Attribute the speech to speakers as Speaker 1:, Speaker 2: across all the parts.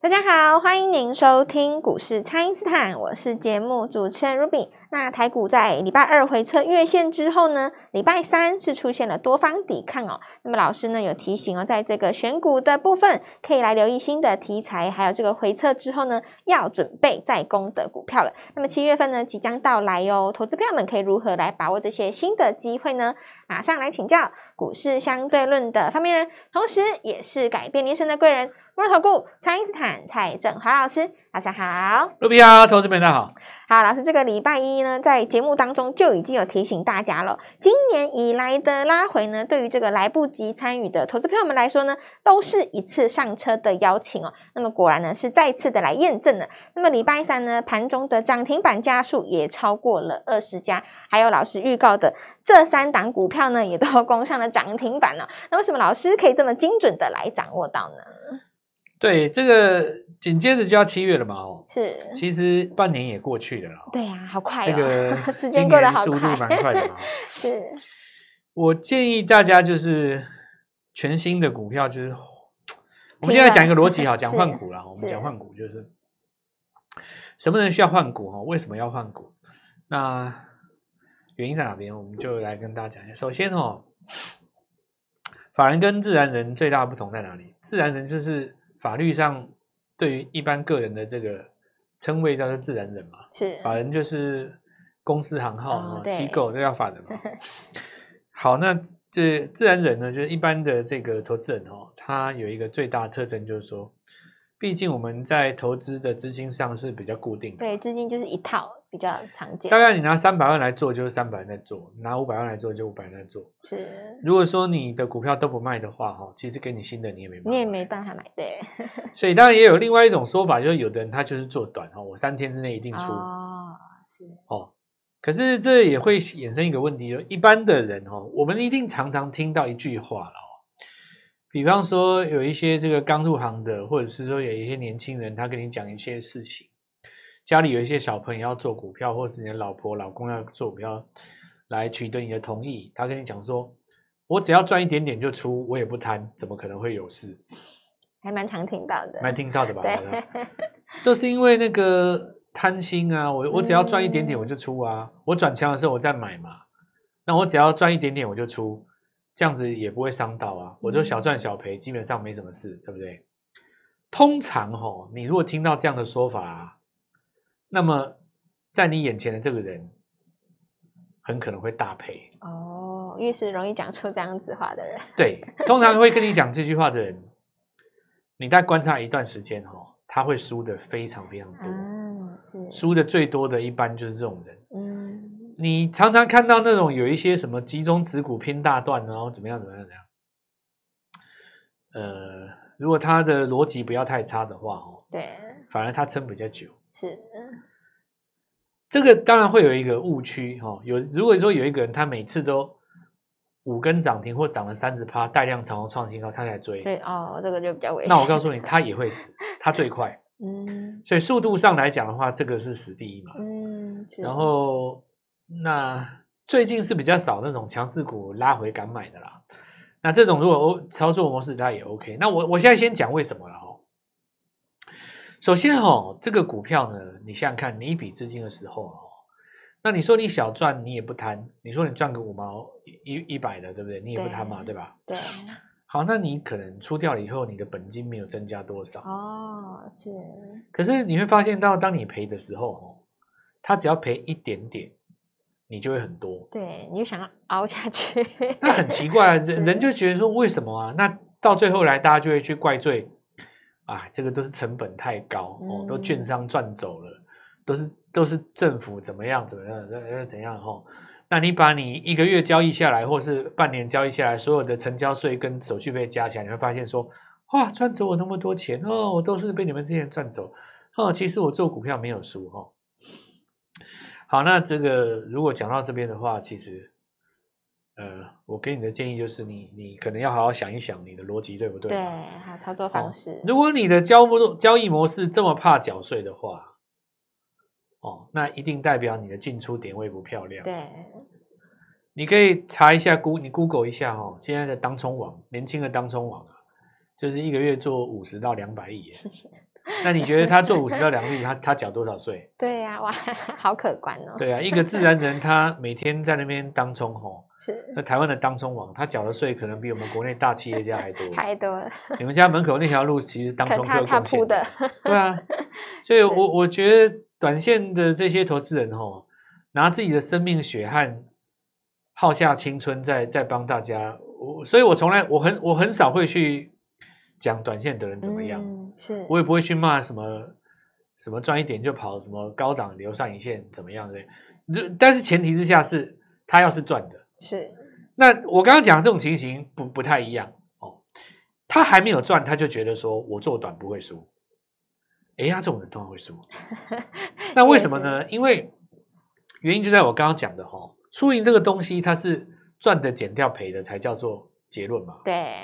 Speaker 1: 大家好，欢迎您收听股市蔡因斯坦，我是节目主持人 Ruby。那台股在礼拜二回测月线之后呢，礼拜三是出现了多方抵抗哦。那么老师呢有提醒哦，在这个选股的部分，可以来留意新的题材，还有这个回测之后呢，要准备再攻的股票了。那么七月份呢即将到来哦，投资票们可以如何来把握这些新的机会呢？马上来请教股市相对论的发明人，同时也是改变人生的贵人——摩投顾蔡因斯坦蔡振华老师，大家好。
Speaker 2: 卢比亚投资们大家好，
Speaker 1: 好，老师，这个礼拜一呢，在节目当中就已经有提醒大家了。今年以来的拉回呢，对于这个来不及参与的投资朋友们来说呢，都是一次上车的邀请哦。那么果然呢，是再次的来验证了。那么礼拜三呢，盘中的涨停板家数也超过了二十家，还有老师预告的这三档股票呢，也都攻上了涨停板了、哦那为什么老师可以这么精准的来掌握到呢？
Speaker 2: 对这个紧接着就要七月了嘛哦，
Speaker 1: 是，
Speaker 2: 其实半年也过去了啦哦，
Speaker 1: 对呀、好快
Speaker 2: 这
Speaker 1: 哦，
Speaker 2: 个
Speaker 1: 时
Speaker 2: 今
Speaker 1: 间过得
Speaker 2: 年
Speaker 1: 好
Speaker 2: 速度蛮
Speaker 1: 快，
Speaker 2: 快的嘛哦。
Speaker 1: 是，
Speaker 2: 我建议大家就是全新的股票，就是我们
Speaker 1: 平
Speaker 2: 现在
Speaker 1: 稳
Speaker 2: 讲一个逻辑哈，讲
Speaker 1: 是
Speaker 2: 换股啦，我们
Speaker 1: 是
Speaker 2: 讲换股就是什么人需要换股哈，为什么要换股？那原因在哪边？我们就来跟大家讲一下。首先哦，法人跟自然人最大的不同在哪里？自然人就是法律上对于一般个人的这个称谓叫做自然人嘛，
Speaker 1: 是，
Speaker 2: 法人就是公司行号、
Speaker 1: 哦
Speaker 2: 啊，
Speaker 1: 对
Speaker 2: 机构，这叫 法人嘛。好，那这自然人呢，就是一般的这个投资人哦，他有一个最大的特征就是说，毕竟我们在投资的资金上是比较固定的，
Speaker 1: 对，最近就是一套比较常见
Speaker 2: 大，概你拿三百万来做，就是三百万在做；拿五百万来做，就五百万在做。
Speaker 1: 是，
Speaker 2: 如果说你的股票都不卖的话，哈，其实给你新的你也没办法
Speaker 1: 你
Speaker 2: 买，
Speaker 1: 也没办法买，对，
Speaker 2: 所以当然也有另外一种说法，就是有的人他就是做短哦，我三天之内一定出。
Speaker 1: 哦，是，
Speaker 2: 哦，可是这也会衍生一个问题，就一般的人哦，我们一定常常听到一句话了哦，比方说有一些这个刚入行的，或者是说有一些年轻人，他跟你讲一些事情，家里有一些小朋友要做股票，或是你的老婆老公要做股票，来取得你的同意，他跟你讲说，我只要赚一点点就出，我也不贪，怎么可能会有事？
Speaker 1: 还蛮常听到的，
Speaker 2: 蛮听到的吧？
Speaker 1: 对
Speaker 2: 好像都是因为那个贪心啊，我我只要赚一点点我就出啊，我转强的时候我再买嘛，那我只要赚一点点我就出，这样子也不会伤到啊，我就小赚小赔，基本上没什么事，对不对？通常哈、哦，你如果听到这样的说法、啊，那么在你眼前的这个人很可能会大赔。
Speaker 1: 哦，越是容易讲出这样子话的人，
Speaker 2: 对，通常会跟你讲这句话的人，你再观察一段时间哦，他会输的非常非常多，
Speaker 1: 啊，是，
Speaker 2: 输的最多的一般就是这种人。
Speaker 1: 嗯，
Speaker 2: 你常常看到那种有一些什么集中持股拼大段，然后怎么样怎么样怎么样。呃，如果他的逻辑不要太差的话哦，
Speaker 1: 对，
Speaker 2: 反而他撑比较久。
Speaker 1: 是，
Speaker 2: 这个当然会有一个误区哦，有如果说有一个人他每次都五根涨停或涨了三十趴，带量长虹创新高，他才追，
Speaker 1: 所以哦，这个就比较危险。
Speaker 2: 那我告诉你，他也会死，他最快。
Speaker 1: 嗯
Speaker 2: 所以速度上来讲的话，这个是死第一嘛。
Speaker 1: 嗯，是
Speaker 2: 然后那最近是比较少那种强势股拉回敢买的啦。那这种如果 O 操作模式，它也 OK。那我我现在先讲为什么了哦。首先哦，这个股票呢，你想想看，你一笔资金的时候哦，那你说你小赚你也不贪，你说你赚个五毛一一百的，对不对？你也不贪嘛，
Speaker 1: 对
Speaker 2: 对吧？
Speaker 1: 对，
Speaker 2: 好，那你可能出掉了以后，你的本金没有增加多少。
Speaker 1: 哦，是，
Speaker 2: 可是你会发现到，当你赔的时候，哦，他只要赔一点点，你就会很多。
Speaker 1: 对，你就想要熬下 去，
Speaker 2: 那很 奇怪啊，人
Speaker 1: 是
Speaker 2: 人就觉得说为什么啊？那到最后来，大家就会去怪罪啊，这个都是成本太高哦，都券
Speaker 1: 嗯
Speaker 2: 商赚走了，都是都是政府怎么样怎么样呃怎样哦。那你把你一个月交易下来，或是半年交易下来，所有的成交税跟手续费加起来，你会发现说，哇，赚走我那么多钱哦，我都是被你们这些人赚走哦。其实我做股票没有输哦。好，那这个如果讲到这边的话，其实，呃，我给你的建议就是你，你可能要好好想一想你的逻辑对不对
Speaker 1: 对
Speaker 2: 嘛。，
Speaker 1: 还有操作方式，
Speaker 2: 如果你的交不交易模式这么怕缴税的话，哦，那一定代表你的进出点位不漂亮。
Speaker 1: 对，
Speaker 2: 你可以查一下 Go，你 Google 一下哦，现在的当冲网，年轻的当冲网啊，就是一个月做五十到两百亿耶，那你觉得他做五十到两亿，他他缴多少税？
Speaker 1: 对呀、哇， 好可观哦。
Speaker 2: 对啊，一个自然人他每天在那边当冲吼，
Speaker 1: 是
Speaker 2: 那台湾的当冲王，他缴的税可能比我们国内大企业家还多。
Speaker 1: 太多了，
Speaker 2: 你们家门口那条路其实嗯当
Speaker 1: 可
Speaker 2: 冲
Speaker 1: 他
Speaker 2: 客
Speaker 1: 他
Speaker 2: 贡
Speaker 1: 铺
Speaker 2: 献
Speaker 1: 的，
Speaker 2: 对啊，所以
Speaker 1: 是
Speaker 2: 我我觉得短线的这些投资人哦，拿自己的生命血汗耗下青春在在帮大家，我所以我从来我很我很少会去讲短线的人怎么样，
Speaker 1: 嗯、是，
Speaker 2: 我也不会去骂什么什么赚一点就跑，什么高档留上影线怎么样的，就但是前提之下是他要是赚的，
Speaker 1: 是
Speaker 2: 那我刚刚讲的这种情形不不太一样哦，他还没有赚，他就觉得说我做短不会输，哎，他这种人通常 会输，那为什么呢？
Speaker 1: 啊
Speaker 2: 因为原因就在我刚刚讲的哦，输赢这个东西它是赚的减掉赔的才叫做结论嘛。
Speaker 1: 对，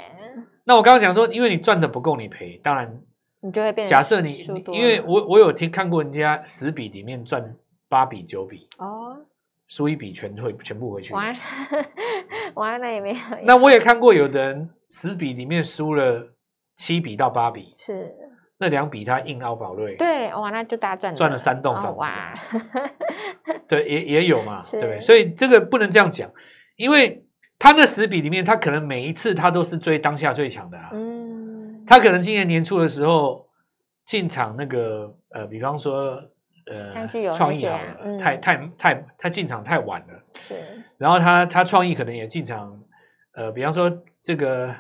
Speaker 2: 那我刚刚讲说，因为你赚的不够你赔，当然
Speaker 1: 你就会变成
Speaker 2: 假设你
Speaker 1: 输
Speaker 2: 你
Speaker 1: 多
Speaker 2: 因为
Speaker 1: 了
Speaker 2: 我我有听看过人家十笔里面赚八笔九笔，
Speaker 1: 哦，
Speaker 2: 输一笔全退全部回去的。
Speaker 1: 完 完了也没有，
Speaker 2: 那我也看过有的人十笔里面输了七笔到八笔，
Speaker 1: 是
Speaker 2: 那两笔他硬凹宝瑞，
Speaker 1: 对哇，那就大赚
Speaker 2: 赚了三栋
Speaker 1: 哦
Speaker 2: 房子
Speaker 1: 哇，
Speaker 2: 对，也也有嘛，
Speaker 1: 是
Speaker 2: 对不对？所以这个不能这样讲，因为他那十笔里面，他可能每一次他都是追当下最强的啊，
Speaker 1: 嗯，
Speaker 2: 他可能今年年初的时候进场那个呃，比方说
Speaker 1: 像具有
Speaker 2: 呃，创
Speaker 1: 那
Speaker 2: 意
Speaker 1: 些
Speaker 2: 好
Speaker 1: 啊
Speaker 2: 了，
Speaker 1: 嗯
Speaker 2: 太太太他进场太晚了，
Speaker 1: 是
Speaker 2: 然后他他创意可能也进场，呃，比方说这个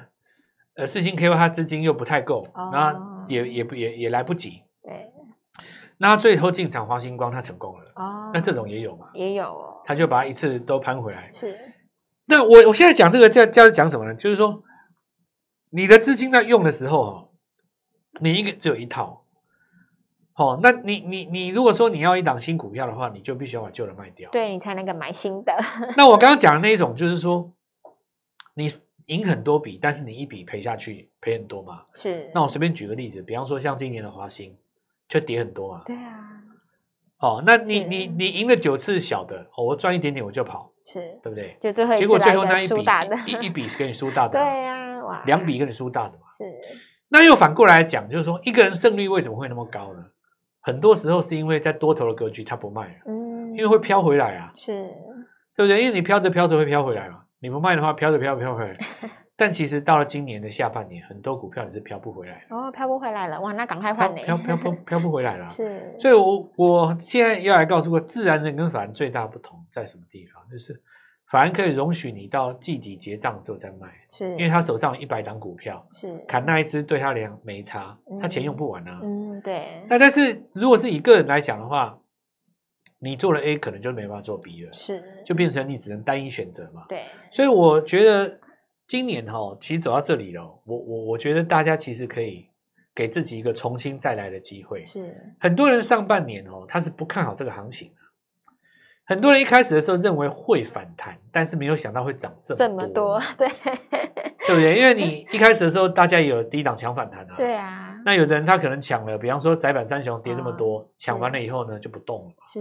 Speaker 2: 呃四星 KY 他资金又不太够，
Speaker 1: 哦
Speaker 2: 那、也也不也也来不及，
Speaker 1: 对
Speaker 2: 那他最后进场华星光他成功了，
Speaker 1: 哦，
Speaker 2: 那这种也有嘛，
Speaker 1: 也有哦，
Speaker 2: 他就把一次都攀回来。
Speaker 1: 是
Speaker 2: 那我我现在讲这个叫叫讲什么呢？就是说你的资金在用的时候哦，你一个只有一套。哦，那你你你如果说你要一档新股票的话，你就必须要把旧的卖掉。
Speaker 1: 对你才能够买新的，
Speaker 2: 那我刚刚讲的那一种，就是说你赢很多笔，但是你一笔赔下去赔很多嘛。
Speaker 1: 是
Speaker 2: 那我随便举个例子，比方说像今年的华兴，就跌很多嘛。
Speaker 1: 对啊，
Speaker 2: 哦，那你
Speaker 1: 是
Speaker 2: 你你赢了九次小的，哦，我赚一点点我就跑，
Speaker 1: 是
Speaker 2: 对不对？
Speaker 1: 就最后一
Speaker 2: 结果
Speaker 1: 次
Speaker 2: 最
Speaker 1: 来
Speaker 2: 后
Speaker 1: 个
Speaker 2: 那一笔
Speaker 1: 输大的，
Speaker 2: 一一一笔是给你输大的
Speaker 1: 对
Speaker 2: 嘛，
Speaker 1: 呀、哇，
Speaker 2: 两笔给你输大的嘛。
Speaker 1: 是
Speaker 2: 那又反过来讲，就是说一个人胜率为什么会那么高呢？很多时候是因为在多头的格局他不卖了，
Speaker 1: 嗯，
Speaker 2: 因为会飘回来啊。
Speaker 1: 是
Speaker 2: 对不对？因为你飘着飘着会飘回来嘛，你不卖的话，飘着飘着飘回来。 但其实到了今年的下半年，很多股票你是飘不回来
Speaker 1: 哦飘不回来了哇，那赶快
Speaker 2: 的，飘
Speaker 1: 换呢，
Speaker 2: 飘 飘飘飘不回来了。
Speaker 1: 是
Speaker 2: 所以我我现在要来告诉过，自然人跟法人最大不同在什么地方？就是法人可以容许你到季底结账的时候再卖，
Speaker 1: 是
Speaker 2: 因为他手上有一百档股票，
Speaker 1: 是
Speaker 2: 砍那一只对他俩没差，他钱用不完啊。
Speaker 1: 嗯对
Speaker 2: 那但是如果是以个人来讲的话，你做了 A 可能就没办法做 B 了，
Speaker 1: 是
Speaker 2: 就变成你只能单一选择嘛。
Speaker 1: 对
Speaker 2: 所以我觉得今年哈、哦，其实走到这里了，我我我觉得大家其实可以给自己一个重新再来的机会。
Speaker 1: 是
Speaker 2: 很多人上半年哦，他是不看好这个行情的很多人一开始的时候认为会反弹，但是没有想到会涨这
Speaker 1: 这
Speaker 2: 么
Speaker 1: 么
Speaker 2: 多
Speaker 1: 多，对
Speaker 2: 对不对？因为你一开始的时候，大家也有低档抢反弹啊。。
Speaker 1: 对啊
Speaker 2: 那有的人他可能抢了，比方说窄板三雄跌这么多，抢完
Speaker 1: 是
Speaker 2: 了以后呢就不动了。
Speaker 1: 是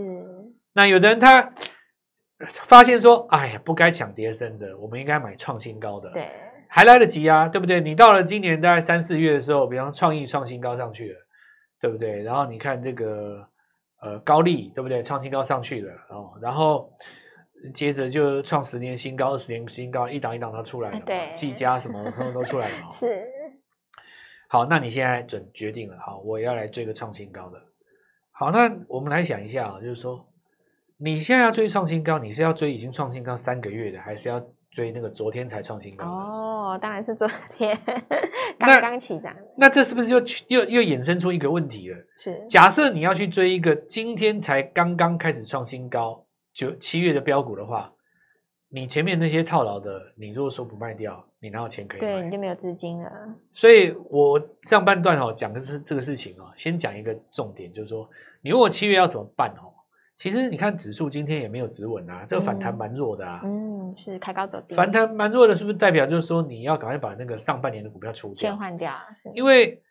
Speaker 2: 那有的人他发现说，哎呀，不该抢跌升的，我们应该买创新高的。
Speaker 1: 对
Speaker 2: 还来得及啊，对不对？你到了今年大概三四月的时候，比方创意创新高上去了，对不对？然后你看这个呃高利，对不对？创新高上去了哦，然后接着就创十年新高、二十年新高，一档一档都出来了嘛，
Speaker 1: 哎对。
Speaker 2: 技嘉什么通通都出来了嘛
Speaker 1: 是
Speaker 2: 好，那你现在准决定了，好，我要来追个创新高的。好，那我们来想一下啊，就是说你现在要追创新高，你是要追已经创新高三个月的，还是要追那个昨天才创新高的？
Speaker 1: 哦，当然是昨 天
Speaker 2: 那
Speaker 1: 刚刚起涨
Speaker 2: 那这是不是又去又又衍生出一个问题了？
Speaker 1: 是
Speaker 2: 假设你要去追一个今天才刚刚开始创新高九七月的标股的话，你前面那些套牢的，你如果说不卖掉，你哪有钱可以
Speaker 1: 对你
Speaker 2: 买？
Speaker 1: 就没有资金了
Speaker 2: 所以我上半段哦讲的是这个事情哦，先讲一个重点，就是说你问我七月要怎么办哦，其实你看指数今天也没有止稳啊，这个反弹
Speaker 1: 嗯
Speaker 2: 蛮弱的啊。
Speaker 1: 嗯是开高走低
Speaker 2: 反弹蛮弱的，是不是代表就是说你要赶快把那个上半年的股票出掉
Speaker 1: 先？换掉啊是
Speaker 2: 因为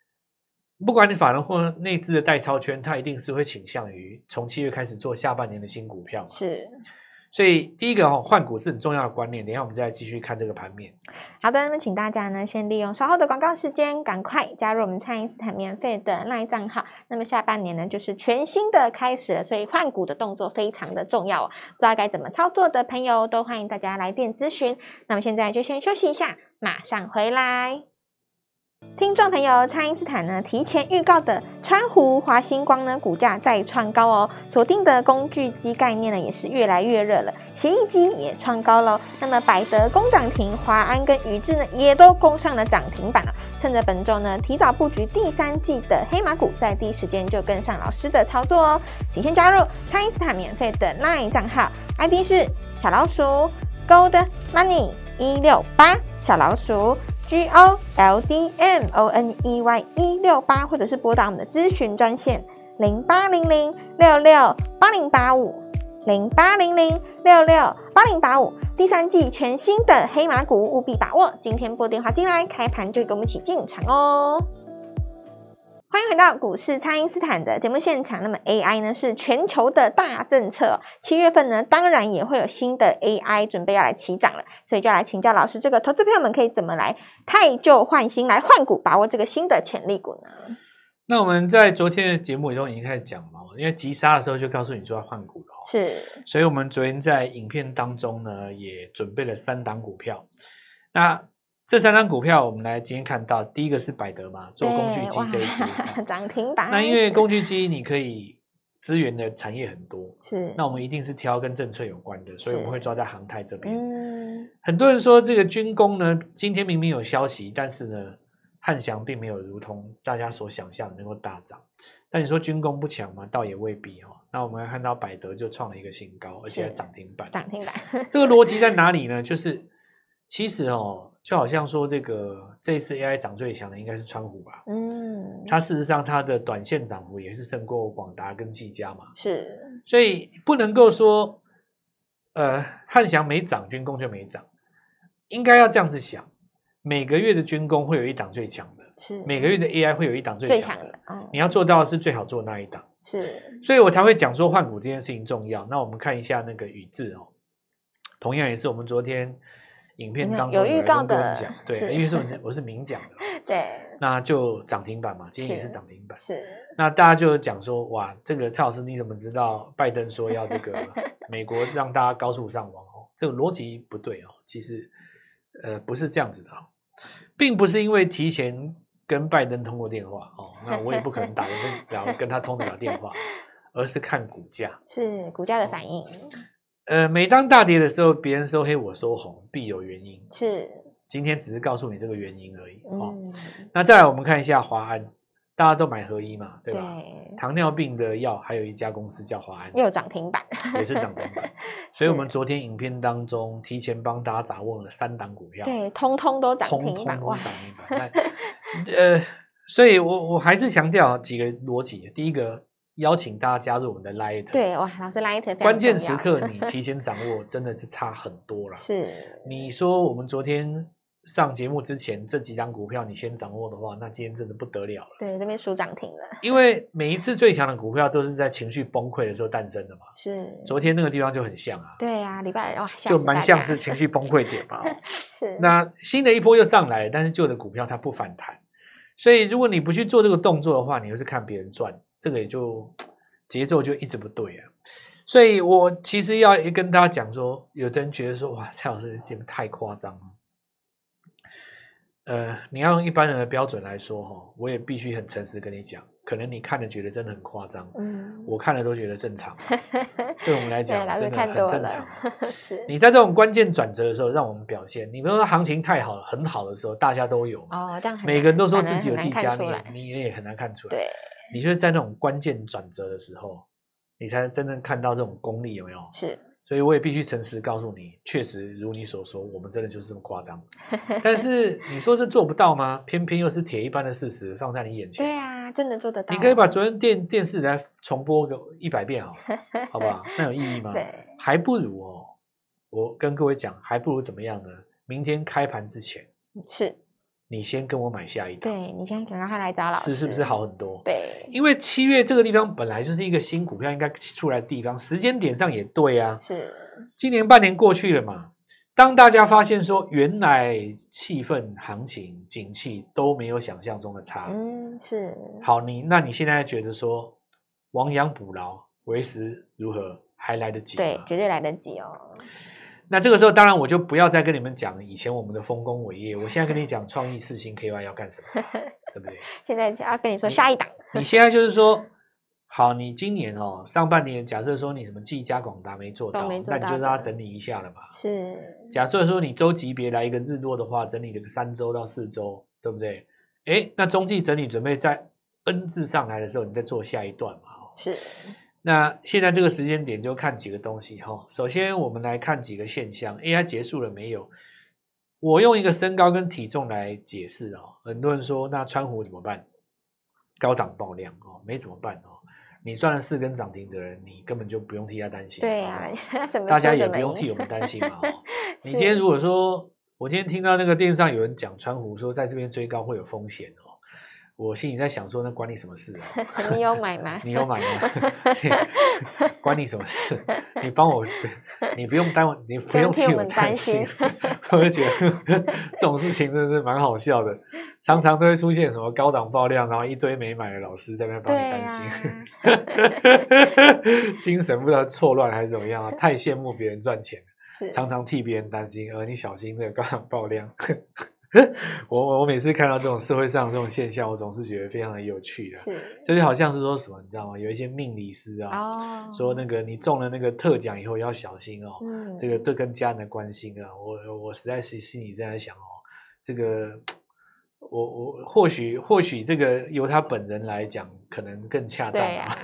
Speaker 2: 不管你法人或内资的代超圈，它一定是会倾向于从七月开始做下半年的新股票嘛。
Speaker 1: 是
Speaker 2: 所以第一个哦，换股是很重要的观念。等一下我们再继续看这个盘面。
Speaker 1: 好的，那么请大家呢，先利用稍后的广告时间，赶快加入我们蔡因斯坦免费的 LINE 账号。那么下半年呢，就是全新的开始了，所以换股的动作非常的重要哦。不知道该怎么操作的朋友，都欢迎大家来电咨询。那么现在就先休息一下，马上回来。听众朋友，蔡因斯坦呢提前预告的川湖华星光呢股价再创高哦，锁定的工具机概念呢也是越来越热了，协议机也创高喽。那么百德攻涨停，华安跟宇智呢也都攻上了涨停板了、哦。趁着本周呢提早布局第三季的黑马股，在第一时间就跟上老师的操作哦。请先加入蔡因斯坦免费的 LINE 账号，ID 是小老鼠 Gold Money 一六八小老鼠。G O L D M O N E Y 一六八，或者是拨打我们的咨询专线零八零零六六八零八五零八零零六六八零八五。第三季全新的黑马股务必把握，今天拨电话进来，开盘就跟我们一起进场哦。欢迎回到股市，蔡因斯坦的节目现场。那么 AI 呢是全球的大政策哦，七月份呢当然也会有新的 AI 准备要来起涨了，所以就要来请教老师，这个投资朋友们可以怎么来太旧换新，来换股，把握这个新的潜力股呢？
Speaker 2: 那我们在昨天的节目中已经开始讲嘛，因为急杀的时候就告诉你说要换股了、哦，
Speaker 1: 是
Speaker 2: 所以我们昨天在影片当中呢也准备了三档股票。那这三张股票，我们来今天看到，第一个是百德嘛，做工具机这 一支。
Speaker 1: 支涨停板。
Speaker 2: 那因为工具机你可以资源的产业很多，
Speaker 1: 是
Speaker 2: 那我们一定是挑跟政策有关的，所以我们会抓在航太这边。
Speaker 1: 嗯
Speaker 2: 很多人说这个军工呢，今天明明有消息，但是呢，汉翔并没有如同大家所想象能够大涨。但你说军工不强吗？倒也未必哦。那我们看到百德就创了一个新高，而且还
Speaker 1: 是
Speaker 2: 涨停板。
Speaker 1: 涨 停板，
Speaker 2: 这个逻辑在哪里呢？就是其实哦，就好像说这个这一次 AI 涨最强的应该是川股吧？
Speaker 1: 嗯，
Speaker 2: 它事实上它的短线涨幅也是胜过广达跟技嘉嘛，
Speaker 1: 是
Speaker 2: 所以不能够说，呃，汉翔没涨，军工就没涨，应该要这样子想，每个月的军工会有一档最强的，
Speaker 1: 是
Speaker 2: 每个月的 AI 会有一档最
Speaker 1: 最
Speaker 2: 强
Speaker 1: 强
Speaker 2: 的，
Speaker 1: 的，嗯，
Speaker 2: 你要做到的是最好做那一档。
Speaker 1: 是
Speaker 2: 所以我才会讲说换股这件事情重要。那我们看一下那个宇智哦，同样也是我们昨天影片当中
Speaker 1: 有预告的
Speaker 2: 有人跟我讲，
Speaker 1: 是
Speaker 2: 对，因为是我我是明讲的，
Speaker 1: 对，
Speaker 2: 那就涨停板嘛，今天也
Speaker 1: 是
Speaker 2: 是涨停板。
Speaker 1: 是
Speaker 2: 那大家就讲说，哇，这个蔡老师你怎么知道拜登说要这个美国让大家高速上网哦？这个逻辑不对哦，其实呃不是这样子的哦，并不是因为提前跟拜登通过电话哦，那我也不可能打得跟了跟他通得了电话，而是看股价。
Speaker 1: 是股价的反应，
Speaker 2: 呃，每当大跌的时候，别人收黑我收红，必有原因。
Speaker 1: 是
Speaker 2: 今天只是告诉你这个原因而已哦。
Speaker 1: 嗯，
Speaker 2: 那再来我们看一下华安，大家都买合一嘛，对吧？
Speaker 1: 对，
Speaker 2: 糖尿病的药，还有一家公司叫华安，
Speaker 1: 又涨停板，
Speaker 2: 也是涨停 板。所以，我们昨天影片当中提前帮大家掌握了三档股票，
Speaker 1: 对，通通都涨
Speaker 2: 通
Speaker 1: 停
Speaker 2: 通
Speaker 1: 板，
Speaker 2: 都
Speaker 1: 哇，
Speaker 2: 涨停板。 那呃，所以我我还是强调几个逻辑。第一个，邀请大家加入我们的 Light，，
Speaker 1: 对，哇，老师拉一腿，
Speaker 2: 关键时刻你提前掌 握，真的是差很多了。
Speaker 1: 是
Speaker 2: 你说我们昨天上节目之前这几档股票你先掌握的话，那今天真的不得了了，
Speaker 1: 对这边数涨停了，
Speaker 2: 因为每一次最强的股票都是在情绪崩溃的时候诞生的嘛。
Speaker 1: 是，
Speaker 2: 昨天那个地方就很像啊，
Speaker 1: 对啊，礼拜哇，吓
Speaker 2: 就
Speaker 1: 死
Speaker 2: 蛮
Speaker 1: 大
Speaker 2: 像
Speaker 1: 家
Speaker 2: 是情绪崩溃点 嘛。哦
Speaker 1: 是
Speaker 2: 那新的一波又上来了，但是旧的股票它不反弹，所以如果你不去做这个动作的话，你又是看别人赚，这个也就节奏就一直不对啊。所以我其实要跟大家讲说，有的人觉得说，哇，蔡老师这个太夸张了。呃，你要用一般人的标准来说哈，我也必须很诚实跟你讲，可能你看了觉得真的很夸张，
Speaker 1: 嗯，
Speaker 2: 我看了都觉得正常，啊对我们来
Speaker 1: 对
Speaker 2: 讲
Speaker 1: 老师
Speaker 2: 真的
Speaker 1: 看
Speaker 2: 很
Speaker 1: 多
Speaker 2: 正
Speaker 1: 了
Speaker 2: 常。， 啊
Speaker 1: 是
Speaker 2: 你在这种关键转折的时候，让我们表现。你比如说行情太好了，很好的时候，大家都有嘛，
Speaker 1: 哦，这样很
Speaker 2: 每
Speaker 1: 难
Speaker 2: 个人都说
Speaker 1: 反而
Speaker 2: 自己
Speaker 1: 很
Speaker 2: 有
Speaker 1: 难
Speaker 2: 技
Speaker 1: 看
Speaker 2: 嘉，
Speaker 1: 出来
Speaker 2: 你你也很难看出来。
Speaker 1: 对，
Speaker 2: 你就是在那种关键转折的时候，你才真正看到这种功力有没有？
Speaker 1: 是
Speaker 2: 所以我也必须诚实告诉你，确实如你所说，我们真的就是这么 夸张。但是你说这做不到吗？偏偏又是铁一般的事实放在你眼前。
Speaker 1: 对啊，真的做得到，
Speaker 2: 你可以把昨天电电视来重播个一百遍好了，好 不好？那有意义吗？
Speaker 1: 对
Speaker 2: 还不如哦，我跟各位讲，还不如怎么样呢？明天开盘之前，
Speaker 1: 嗯是，
Speaker 2: 你先跟我买下一档，
Speaker 1: 对你先赶快来找老师，
Speaker 2: 是是不是？好很多？
Speaker 1: 对，
Speaker 2: 因为七月这个地方本来就是一个新股票应该出来的地方，时间点上也对啊。
Speaker 1: 是
Speaker 2: 今年半年过去了嘛，当大家发现说原来气氛、行情、景气都没有想象中的差，
Speaker 1: 嗯，是，
Speaker 2: 好，你那你现在觉得说亡羊补牢为时如何，还来得及吗？
Speaker 1: 对，绝对来得及哦。
Speaker 2: 那这个时候，当然我就不要再跟你们讲以前我们的丰功伟业，我现在跟 你讲创意四星 KY 要干什么，对不对？
Speaker 1: 现在要跟你说
Speaker 2: 你
Speaker 1: 下一档，
Speaker 2: 你现在就是说，好，你今年哦上半年假设说你什么技嘉、广达没做到，
Speaker 1: 都没做
Speaker 2: 那你就
Speaker 1: 到
Speaker 2: 让它
Speaker 1: 的
Speaker 2: 整理一下了嘛。
Speaker 1: 是，
Speaker 2: 假设说你周级别来一个日落的话，整理了个三周到四周，对不对？诶，那中继整理准备在 N 字上来的时候，你再做下一段嘛。哦
Speaker 1: 是，
Speaker 2: 那现在这个时间点就看几个东西哈、首先，我们来看几个现象，AI 结束了没有？我用一个身高跟体重来解释哦。很多人说，那川股怎么办？高档爆量哦，没怎么办哦。你赚了四根涨停的人，你根本就不用替他担心。
Speaker 1: 对啊
Speaker 2: 好不
Speaker 1: 呀
Speaker 2: 好，
Speaker 1: 怎么
Speaker 2: 大家
Speaker 1: 输
Speaker 2: 也
Speaker 1: 怎么
Speaker 2: 不用替
Speaker 1: 赢
Speaker 2: 我们担心嘛、 哦。你
Speaker 1: 是
Speaker 2: 今天如果说，我今天听到那个电视上有人讲川湖说在这边追高会有风险哦，我心里在想说，那关你什么事啊？
Speaker 1: 你有买吗？
Speaker 2: 你有 买吗？关你什么事？你帮我，你不用担我，你不
Speaker 1: 不用
Speaker 2: 用
Speaker 1: 替
Speaker 2: 替
Speaker 1: 我
Speaker 2: 我
Speaker 1: 们
Speaker 2: 担
Speaker 1: 担
Speaker 2: 心
Speaker 1: 心。
Speaker 2: 我就觉得 这种事情真的是蛮好笑的，常常都会出现什么高档爆量，然后一堆没买的老师在那边帮
Speaker 1: 对
Speaker 2: 你
Speaker 1: 呀、
Speaker 2: 担心。
Speaker 1: 啊
Speaker 2: 精神不知道错乱还是怎么样啊，太羡慕别人赚钱了，
Speaker 1: 是，
Speaker 2: 常常替别人担心，而你小心这个高档爆量。 我我我每次看到这种社会上这种现象，我总是觉得非常的有趣啊。
Speaker 1: 是
Speaker 2: 这就好像是说什么，你知道吗？有一些命理师啊，
Speaker 1: 哦，
Speaker 2: 说那个你中了那个特奖以后要小心哦，
Speaker 1: 嗯，
Speaker 2: 这个对跟家人的关心啊，我我实在是心里在想哦，这个我我或许或许这个由他本人来讲，可能更恰当、啊
Speaker 1: 对呀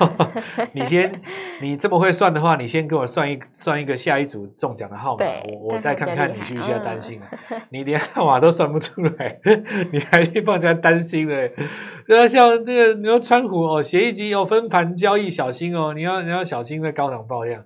Speaker 2: 你先你这么会算的话，你先给我算一算一个下一组中奖的号码，
Speaker 1: 对
Speaker 2: 我我
Speaker 1: 看
Speaker 2: 再
Speaker 1: 看
Speaker 2: 看
Speaker 1: 比较
Speaker 2: 看
Speaker 1: 厉害
Speaker 2: 你需不需要
Speaker 1: 嗯
Speaker 2: 担心啊。你连号码都算不出来， 你还去帮人家担心嘞？那像这个，你说川股哦，协议机哦，分盘交易小心哦，你要你要小心这高档爆量。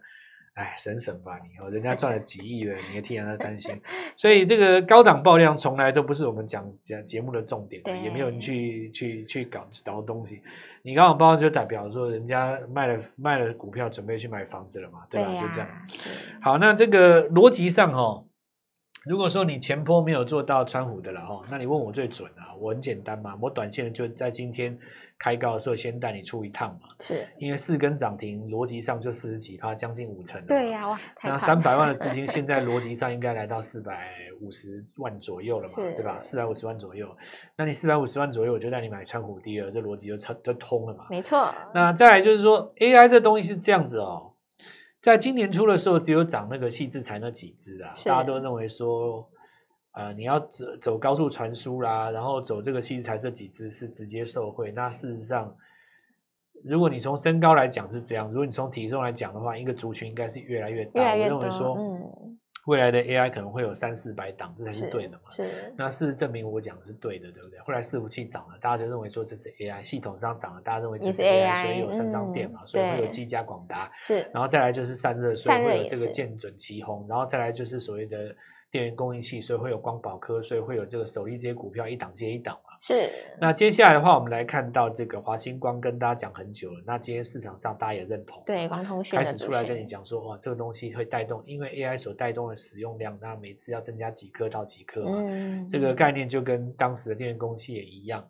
Speaker 2: 哎，省省吧你哦，人家赚了几亿了，你也替人家 担心。所以这个高档爆量从来都不是我们讲讲节目的重点啊，也没有人
Speaker 1: 对
Speaker 2: 去去去搞搞东西。你高档爆量就代表说人家卖了卖了股票，准备去买房子了嘛，对吧？
Speaker 1: 呀、
Speaker 2: 就这样。
Speaker 1: 是
Speaker 2: 好，那这个逻辑上哦，如果说你前坡没有做到川股的了哦，那你问我最准啊，我很简单嘛，我短线的就在今天开高的时候先带你出一趟嘛，
Speaker 1: 是，
Speaker 2: 因为四根涨停，逻辑上就四十几趴，将近五成了嘛。
Speaker 1: 对呀、哇，太
Speaker 2: 那
Speaker 1: 棒
Speaker 2: 三
Speaker 1: 了
Speaker 2: 百万的资 金，现在逻辑上应该来到四百五十万左右了嘛，
Speaker 1: 是
Speaker 2: 对吧？四百五十万左右，那你四百五十万左右，我就带你买川股第二，这逻辑就成就通了嘛。
Speaker 1: 没错，
Speaker 2: 那再来就是说，AI 这东西是这样子哦，在今年初的时候，只有涨那个细制材那几只啊，
Speaker 1: 是
Speaker 2: 大家都认为说，呃，你要走走高速传输啦，然后走这个细制材这几只是直接受惠。那事实上，如果你从身高来讲是这样，如果你从体重来讲的话，一个族群应该是越来越大。
Speaker 1: 越来越
Speaker 2: 我
Speaker 1: 多，
Speaker 2: 认为说，
Speaker 1: 嗯，
Speaker 2: 未来的 AI 可能会有三四百档，这才是对的嘛。
Speaker 1: 是
Speaker 2: 那事实证明我讲的是对的，对不对？后来伺服器涨了，大家就认为说这是 AI，系统上涨了，大家认为这
Speaker 1: 也
Speaker 2: 是
Speaker 1: 是
Speaker 2: AI，,
Speaker 1: AI
Speaker 2: 所以有三张电嘛，
Speaker 1: 嗯
Speaker 2: 所以会有
Speaker 1: 对
Speaker 2: 技嘉、广达，
Speaker 1: 是，
Speaker 2: 然后再来就是散热，所以
Speaker 1: 散热
Speaker 2: 会有
Speaker 1: 也
Speaker 2: 这个
Speaker 1: 是
Speaker 2: 剑准、旗宏，然后再来就是所谓的电源供应器，所以会有光宝科，所以会有这个首例这些股票一档接一档嘛。
Speaker 1: 是
Speaker 2: 那接下来的话，我们来看到这个华星光跟大家讲很久了，那今天市场上大家也认同，
Speaker 1: 对光通讯
Speaker 2: 开
Speaker 1: 的
Speaker 2: 始
Speaker 1: 族
Speaker 2: 出来跟
Speaker 1: 群
Speaker 2: 你讲说，哇，这个东西会带动，因为 AI 所带动的使用量，那每次要增加几颗到几颗嘛。
Speaker 1: 嗯，
Speaker 2: 这个概念就跟当时的电源供气也一样。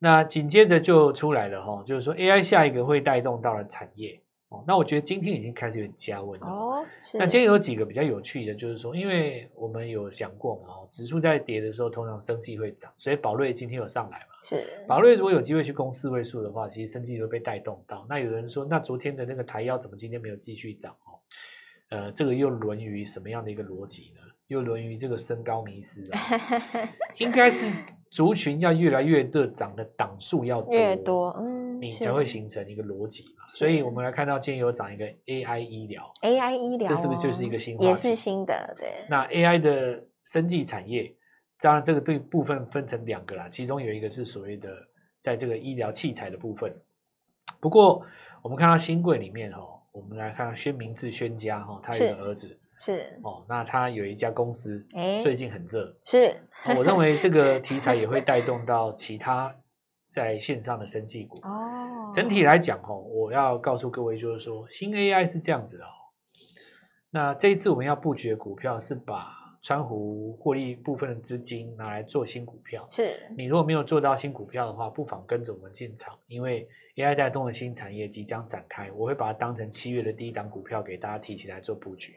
Speaker 2: 那紧接着就出来了哈、就是说 AI 下一个会带动到的产业哦。那我觉得今天已经开始有点加温了。
Speaker 1: 哦，
Speaker 2: 那
Speaker 1: 是
Speaker 2: 今天有几个比较有趣的，就是说，因为我们有讲过嘛，哦，指数在跌的时候，通常生技会涨，所以宝瑞今天有上来嘛。
Speaker 1: 是
Speaker 2: 宝瑞如果有机会去攻四位数的话，其实生技会被带动到。那有人说，那昨天的那个台药怎么今天没有继续涨哦？呃，这个又沦于什么样的一个逻辑呢？又沦于这个身高迷失 啊、应该是族群要越来越的涨的档数要多
Speaker 1: 越多，嗯，
Speaker 2: 你
Speaker 1: 是
Speaker 2: 才会形成一个逻辑嘛。所以我们来看到今天有涨一个 AI 医疗，
Speaker 1: AI 医疗哦，
Speaker 2: 这是不是就是一个新
Speaker 1: 也
Speaker 2: 话题
Speaker 1: 是新的，对，
Speaker 2: 那 AI 的生技产业，当然这个对部分分成两个啦，其中有一个是所谓的在这个医疗器材的部分。不过我们看到新贵里面哦，我们来看宣明志宣家哈、哦，他有
Speaker 1: 是
Speaker 2: 个儿子
Speaker 1: 是，
Speaker 2: 哦，那他有一家公司
Speaker 1: 哎，
Speaker 2: 最近很 热，
Speaker 1: 是
Speaker 2: 我认为这个题材也会带动到其他在线上的生技股。
Speaker 1: 哦，
Speaker 2: 整体来讲哦，我要告诉各位就是说，新 AI 是这样子的哦。那这一次我们要布局的股票是把川湖获利部分的资金拿来做新股票。
Speaker 1: 是，
Speaker 2: 你如果没有做到新股票的话，不妨跟着我们进场，因为 AI 带动的新产业即将展开，我会把它当成七月的第一档股票给大家提起来做布局。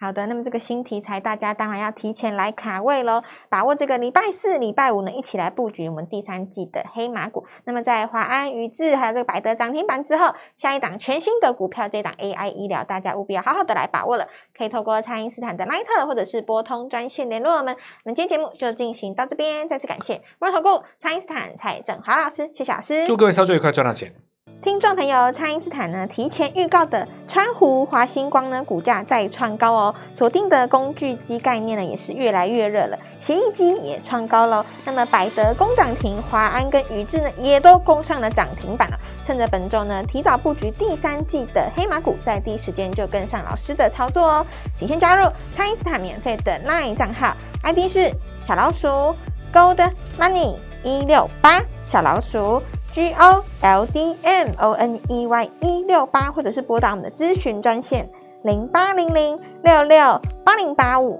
Speaker 1: 好的，那么这个新题材，大家当然要提前来卡位喽，把握这个礼拜四、礼拜五呢，一起来布局我们第三季的黑马股。那么在华安、宇智还有这个百德涨停板之后，下一档全新的股票，这一档 AI 医疗，大家务必要好好的来把握了。可以透过蔡因斯坦的 Line 或者是拨通专线联络我们。我们今天节目就进行到这边，再次感谢摩投顾蔡因斯坦蔡振华老师、谢小师。
Speaker 2: 祝各位操作愉快，赚到钱！
Speaker 1: 听众朋友，蔡因斯坦呢提前预告的川湖华星光呢股价再创高哦，锁定的工具机概念呢也是越来越热了，协议机也创高喽。那么百德攻涨停，华安跟宇智呢也都攻上了涨停板了、趁着本周呢提早布局第三季的黑马股，在第一时间就跟上老师的操作哦。请先加入蔡因斯坦免费的 LINE 账号，ID 是小老鼠 Gold Money 一六八小老鼠。G O L D M O N E Y 一六八，或者是拨打我们的咨询专线零八零零六六八零八五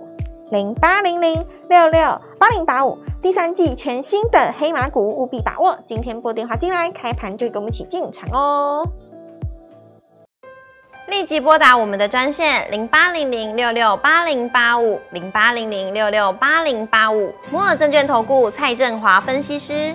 Speaker 1: 零八零零六六八零八五。第三季全新的黑马股务必把握，今天拨电话进来，开盘就跟我们一起进场哦。
Speaker 3: 立即拨打我们的专线零八零零六六八零八五零八零零六六八零八五摩尔证券投顾蔡振华分析师。